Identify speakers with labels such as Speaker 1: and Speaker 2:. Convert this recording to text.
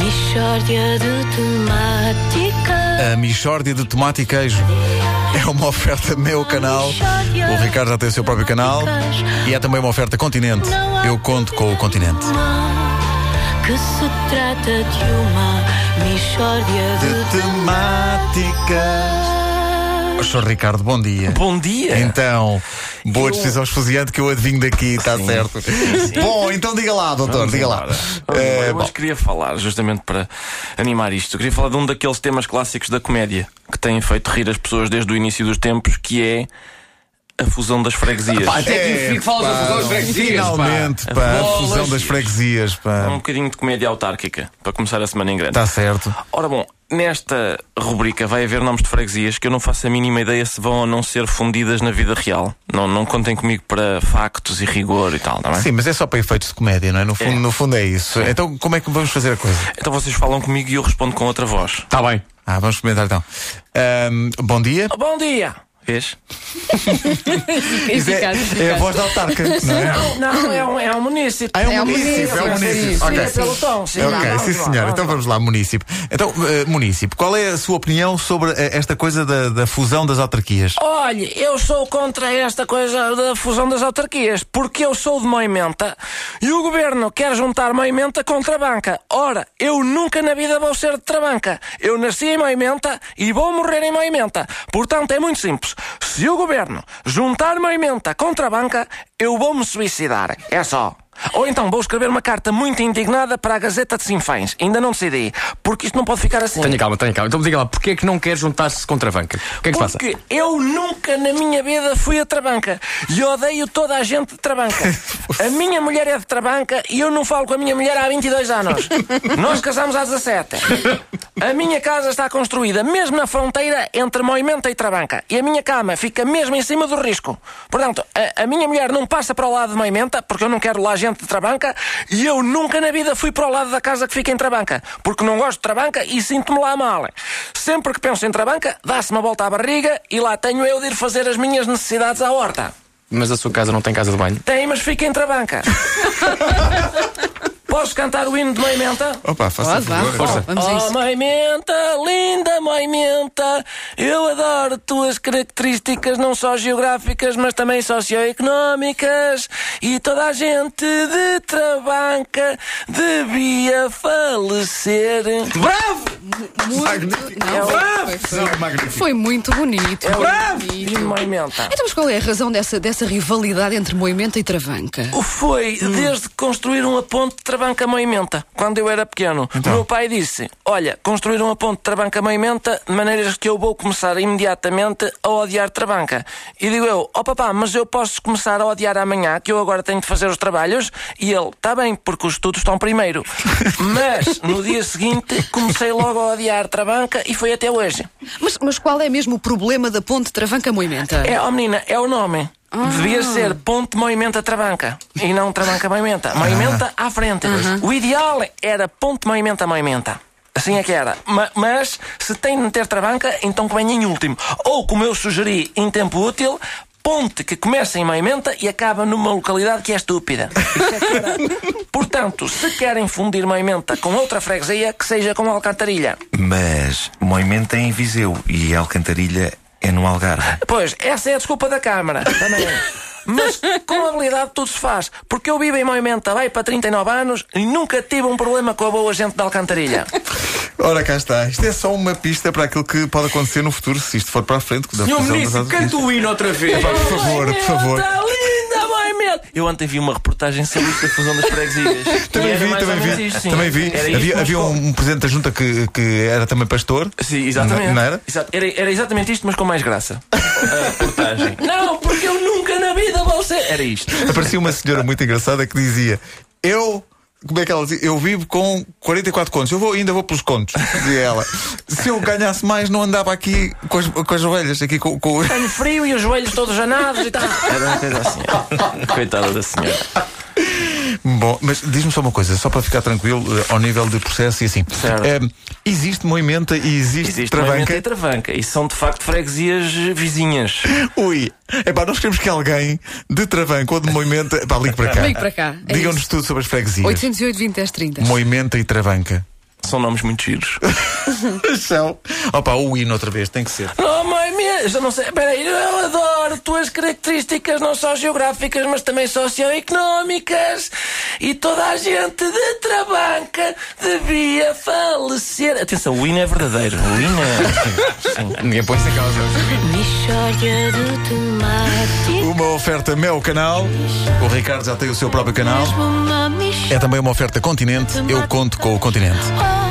Speaker 1: Mixórdia de temática.
Speaker 2: A Michórdia de Tomate e Queijo é uma oferta meu canal. O Ricardo já tem o seu próprio canal. E é também uma oferta continente. Eu conto com o continente.
Speaker 1: Que se trata de uma mixórdia de
Speaker 2: temáticas.
Speaker 1: temática.
Speaker 2: Sr. Oh, Ricardo, bom dia.
Speaker 3: Bom dia!
Speaker 2: Então, boa decisão esfuziante que eu adivinho daqui, está certo. Bom, então diga lá, doutor, diga lá.
Speaker 3: Vamos embora.
Speaker 2: Eh,
Speaker 3: Eu hoje queria falar, justamente para animar isto, eu queria falar de um daqueles temas clássicos da comédia que têm feito rir as pessoas desde o início dos tempos, que é a fusão das freguesias.
Speaker 4: Pá, até que
Speaker 2: É,
Speaker 4: enfim que falas
Speaker 2: pá,
Speaker 4: da fusão das freguesias.
Speaker 2: Finalmente,
Speaker 4: pá.
Speaker 2: pá, a
Speaker 4: Bolas.
Speaker 2: fusão das freguesias,
Speaker 3: É
Speaker 2: pá.
Speaker 3: Um bocadinho de comédia autárquica, para começar a semana em grande.
Speaker 2: Está certo.
Speaker 3: Ora bom, nesta rubrica vai haver nomes de freguesias que eu não faço a mínima ideia se vão ou não ser fundidas na vida real. Não, não contem comigo para factos e rigor e tal, não é?
Speaker 2: Sim, mas é só para efeitos de comédia, não é? No fundo é,
Speaker 3: É.
Speaker 2: no fundo é isso. Então, como é que vamos fazer a coisa?
Speaker 3: Então vocês falam comigo e eu respondo com outra voz.
Speaker 4: Está bem.
Speaker 2: Ah, vamos experimentar então. Ahm, Oh, bom dia.
Speaker 3: Bom dia! Vês?
Speaker 2: Isso é, é a voz da autarca, não é?
Speaker 3: Não, é um, é um município.
Speaker 2: Ah, é um munícipe, é um munícipe. Ok,
Speaker 3: pelotão,
Speaker 2: Ok, sim senhor. Então vamos lá, munícipe. Então, eh, munícipe, qual é a sua opinião sobre eh, esta coisa da, da fusão das autarquias?
Speaker 3: Olha, eu sou contra esta coisa da fusão das autarquias, porque eu sou de Moimenta e o governo quer juntar Moimenta com Trabanca. Ora, eu nunca na vida vou ser de Trabanca. Eu nasci em Moimenta e vou morrer em Moimenta. Portanto, é muito simples. Se o governo juntar Moimenta com Trabanca, eu vou me suicidar. É só. Ou então vou escrever uma carta muito indignada para a Gazeta de Sinfãs. Ainda não decidi, porque isto não pode ficar assim.
Speaker 4: Tenha calma, tenha calma. Então diga lá, porquê é que não quer juntar-se contra a banca? O que é que se passa?
Speaker 3: Porque eu nunca na minha vida fui a Trabanca e odeio toda a gente de Trabanca. A minha mulher é de Trabanca e eu não falo com a minha mulher há 22 anos. Nós casamos há 17. A minha casa está construída mesmo na fronteira entre Moimenta e Trabanca e a minha cama fica mesmo em cima do risco. Portanto, a, a minha mulher não passa para o lado de Moimenta porque eu não quero lá gente de Trabanca e eu nunca na vida fui para o lado da casa que fica em Trabanca porque não gosto de Trabanca e sinto-me lá mal. Sempre que penso em Trabanca, dá-se uma volta à barriga e lá tenho eu de ir fazer as minhas necessidades à horta.
Speaker 4: Mas a sua casa não tem casa de banho.
Speaker 3: Tem, mas fica em Trabanca. Posso cantar o hino de Moimenta?
Speaker 2: Opa, faça
Speaker 5: Pode, vá.
Speaker 2: favor.
Speaker 4: Força.
Speaker 5: Vamos a
Speaker 3: Oh,
Speaker 5: isso.
Speaker 3: mãe menta, linda mãe menta, eu adoro tuas características, não só geográficas, mas também socioeconómicas. E toda a gente de Trabanca devia falecer.
Speaker 4: Bravo!
Speaker 5: Muito... Não, foi, foi-
Speaker 2: Magnífico.
Speaker 5: foi muito bonito.
Speaker 3: É
Speaker 5: muito
Speaker 3: E
Speaker 5: bonito.
Speaker 3: mãe menta.
Speaker 5: Então, mas qual é a razão dessa, dessa rivalidade entre Moimenta e Travanca?
Speaker 3: O foi desde que construíram a ponte de Trabanca Moimenta, quando eu era pequeno. Meu pai disse: Olha, construíram a ponte de Trabanca Moimenta de maneiras que eu vou começar imediatamente a odiar Trabanca. E digo eu: Ó papá, mas eu posso começar a odiar amanhã, que eu agora tenho de fazer os trabalhos? E ele: Está bem, porque os estudos estão primeiro. mas no dia seguinte comecei logo a odiar Trabanca e foi até hoje.
Speaker 5: Mas, mas qual é mesmo o problema da ponte Travanca-Moimenta?
Speaker 3: É, oh menina, é o nome. Devia ser Ponte Moimenta Trabanca e não Trabanca Moimenta. Moimenta à frente. O ideal era Ponte Moimenta Moimenta. Assim é que era. Ma- mas se tem de ter Trabanca, então que venha em último. Ou, como eu sugeri, em tempo útil, Ponte que começa em Moimenta e acaba numa localidade que é estúpida. Isso é que era. Portanto, se querem fundir Moimenta com outra freguesia, que seja com Alcantarilha.
Speaker 6: Mas Moimenta é em Viseu e Alcantarilha é no Algarve.
Speaker 3: Pois, essa é a desculpa da Câmara. Também. é. Mas com habilidade tudo se faz. Porque eu vivo em Moimenta vai para 39 anos e nunca tive um problema com a boa gente da Alcantarilha.
Speaker 2: Então, Ora, cá está. Isto é só uma pista para aquilo que pode acontecer no futuro, se isto for para a frente. da fusão
Speaker 4: Senhor
Speaker 2: das
Speaker 4: Ministro,
Speaker 2: autarquias.
Speaker 4: canta o hino outra vez.
Speaker 2: Por favor, por favor.
Speaker 3: Moimenta, tá linda Moimenta! Eu ontem vi uma reportagem sobre isto da fusão das freguesias. E
Speaker 2: Também
Speaker 3: era
Speaker 2: vi,
Speaker 3: mais ou
Speaker 2: também
Speaker 3: menos
Speaker 2: vi.
Speaker 3: isto, sim.
Speaker 2: também vi.
Speaker 3: Era isto,
Speaker 2: Havia,
Speaker 3: mas
Speaker 2: havia
Speaker 3: com-
Speaker 2: um, um presidente da junta que, que era também pastor.
Speaker 3: Sim, exatamente.
Speaker 2: Não- não era?
Speaker 3: Exato. era? era exatamente isto, mas com mais graça. A reportagem. Não, porque eu nunca na vida vou ser. Era isto.
Speaker 2: Aparecia uma senhora muito engraçada que dizia: Eu. Como é que ela dizia? Eu vivo com 44 contos. Eu vou, ainda vou pelos contos, dizia ela. Se eu ganhasse mais, não andava aqui com as, com as ovelhas, aqui com, com-
Speaker 3: Tenho frio e os joelhos todos anados e tal. Era uma coisa assim. Coitada da senhora.
Speaker 2: Bom, mas diz-me só uma coisa, só para ficar tranquilo eh, ao nível de processo e assim.
Speaker 3: Certo.
Speaker 2: Eh, existe Moimenta e existe,
Speaker 3: Existe Travanca e
Speaker 2: Travanca.
Speaker 3: Travanca e são de facto freguesias vizinhas.
Speaker 2: Ui, é pá, nós queremos que alguém de Travanca ou de Moimenta. Pá, ligue para cá.
Speaker 5: Ligue para cá, é
Speaker 2: Digam-nos
Speaker 5: isso.
Speaker 2: tudo sobre as freguesias.
Speaker 5: 808 20 10 30.
Speaker 2: Moimenta e Travanca.
Speaker 3: são nomes muito giros.
Speaker 2: São. Opa, o hino outra vez, tem que ser.
Speaker 3: Oh, mãe minha, já não sei. Peraí, eu adoro tuas características, não só geográficas, mas também socioeconómicas. E toda a gente de Trabanca devia falecer. Atenção, o hino é verdadeiro. O hino é. Sim.
Speaker 4: Ninguém põe isso em causa.
Speaker 1: Mixórdia de temáticas
Speaker 2: Uma oferta meu canal. O Ricardo já tem o seu próprio canal.
Speaker 1: Mesmo uma
Speaker 2: É
Speaker 1: mixórdia
Speaker 2: também uma oferta continente. Eu conto com o continente.
Speaker 1: Oh,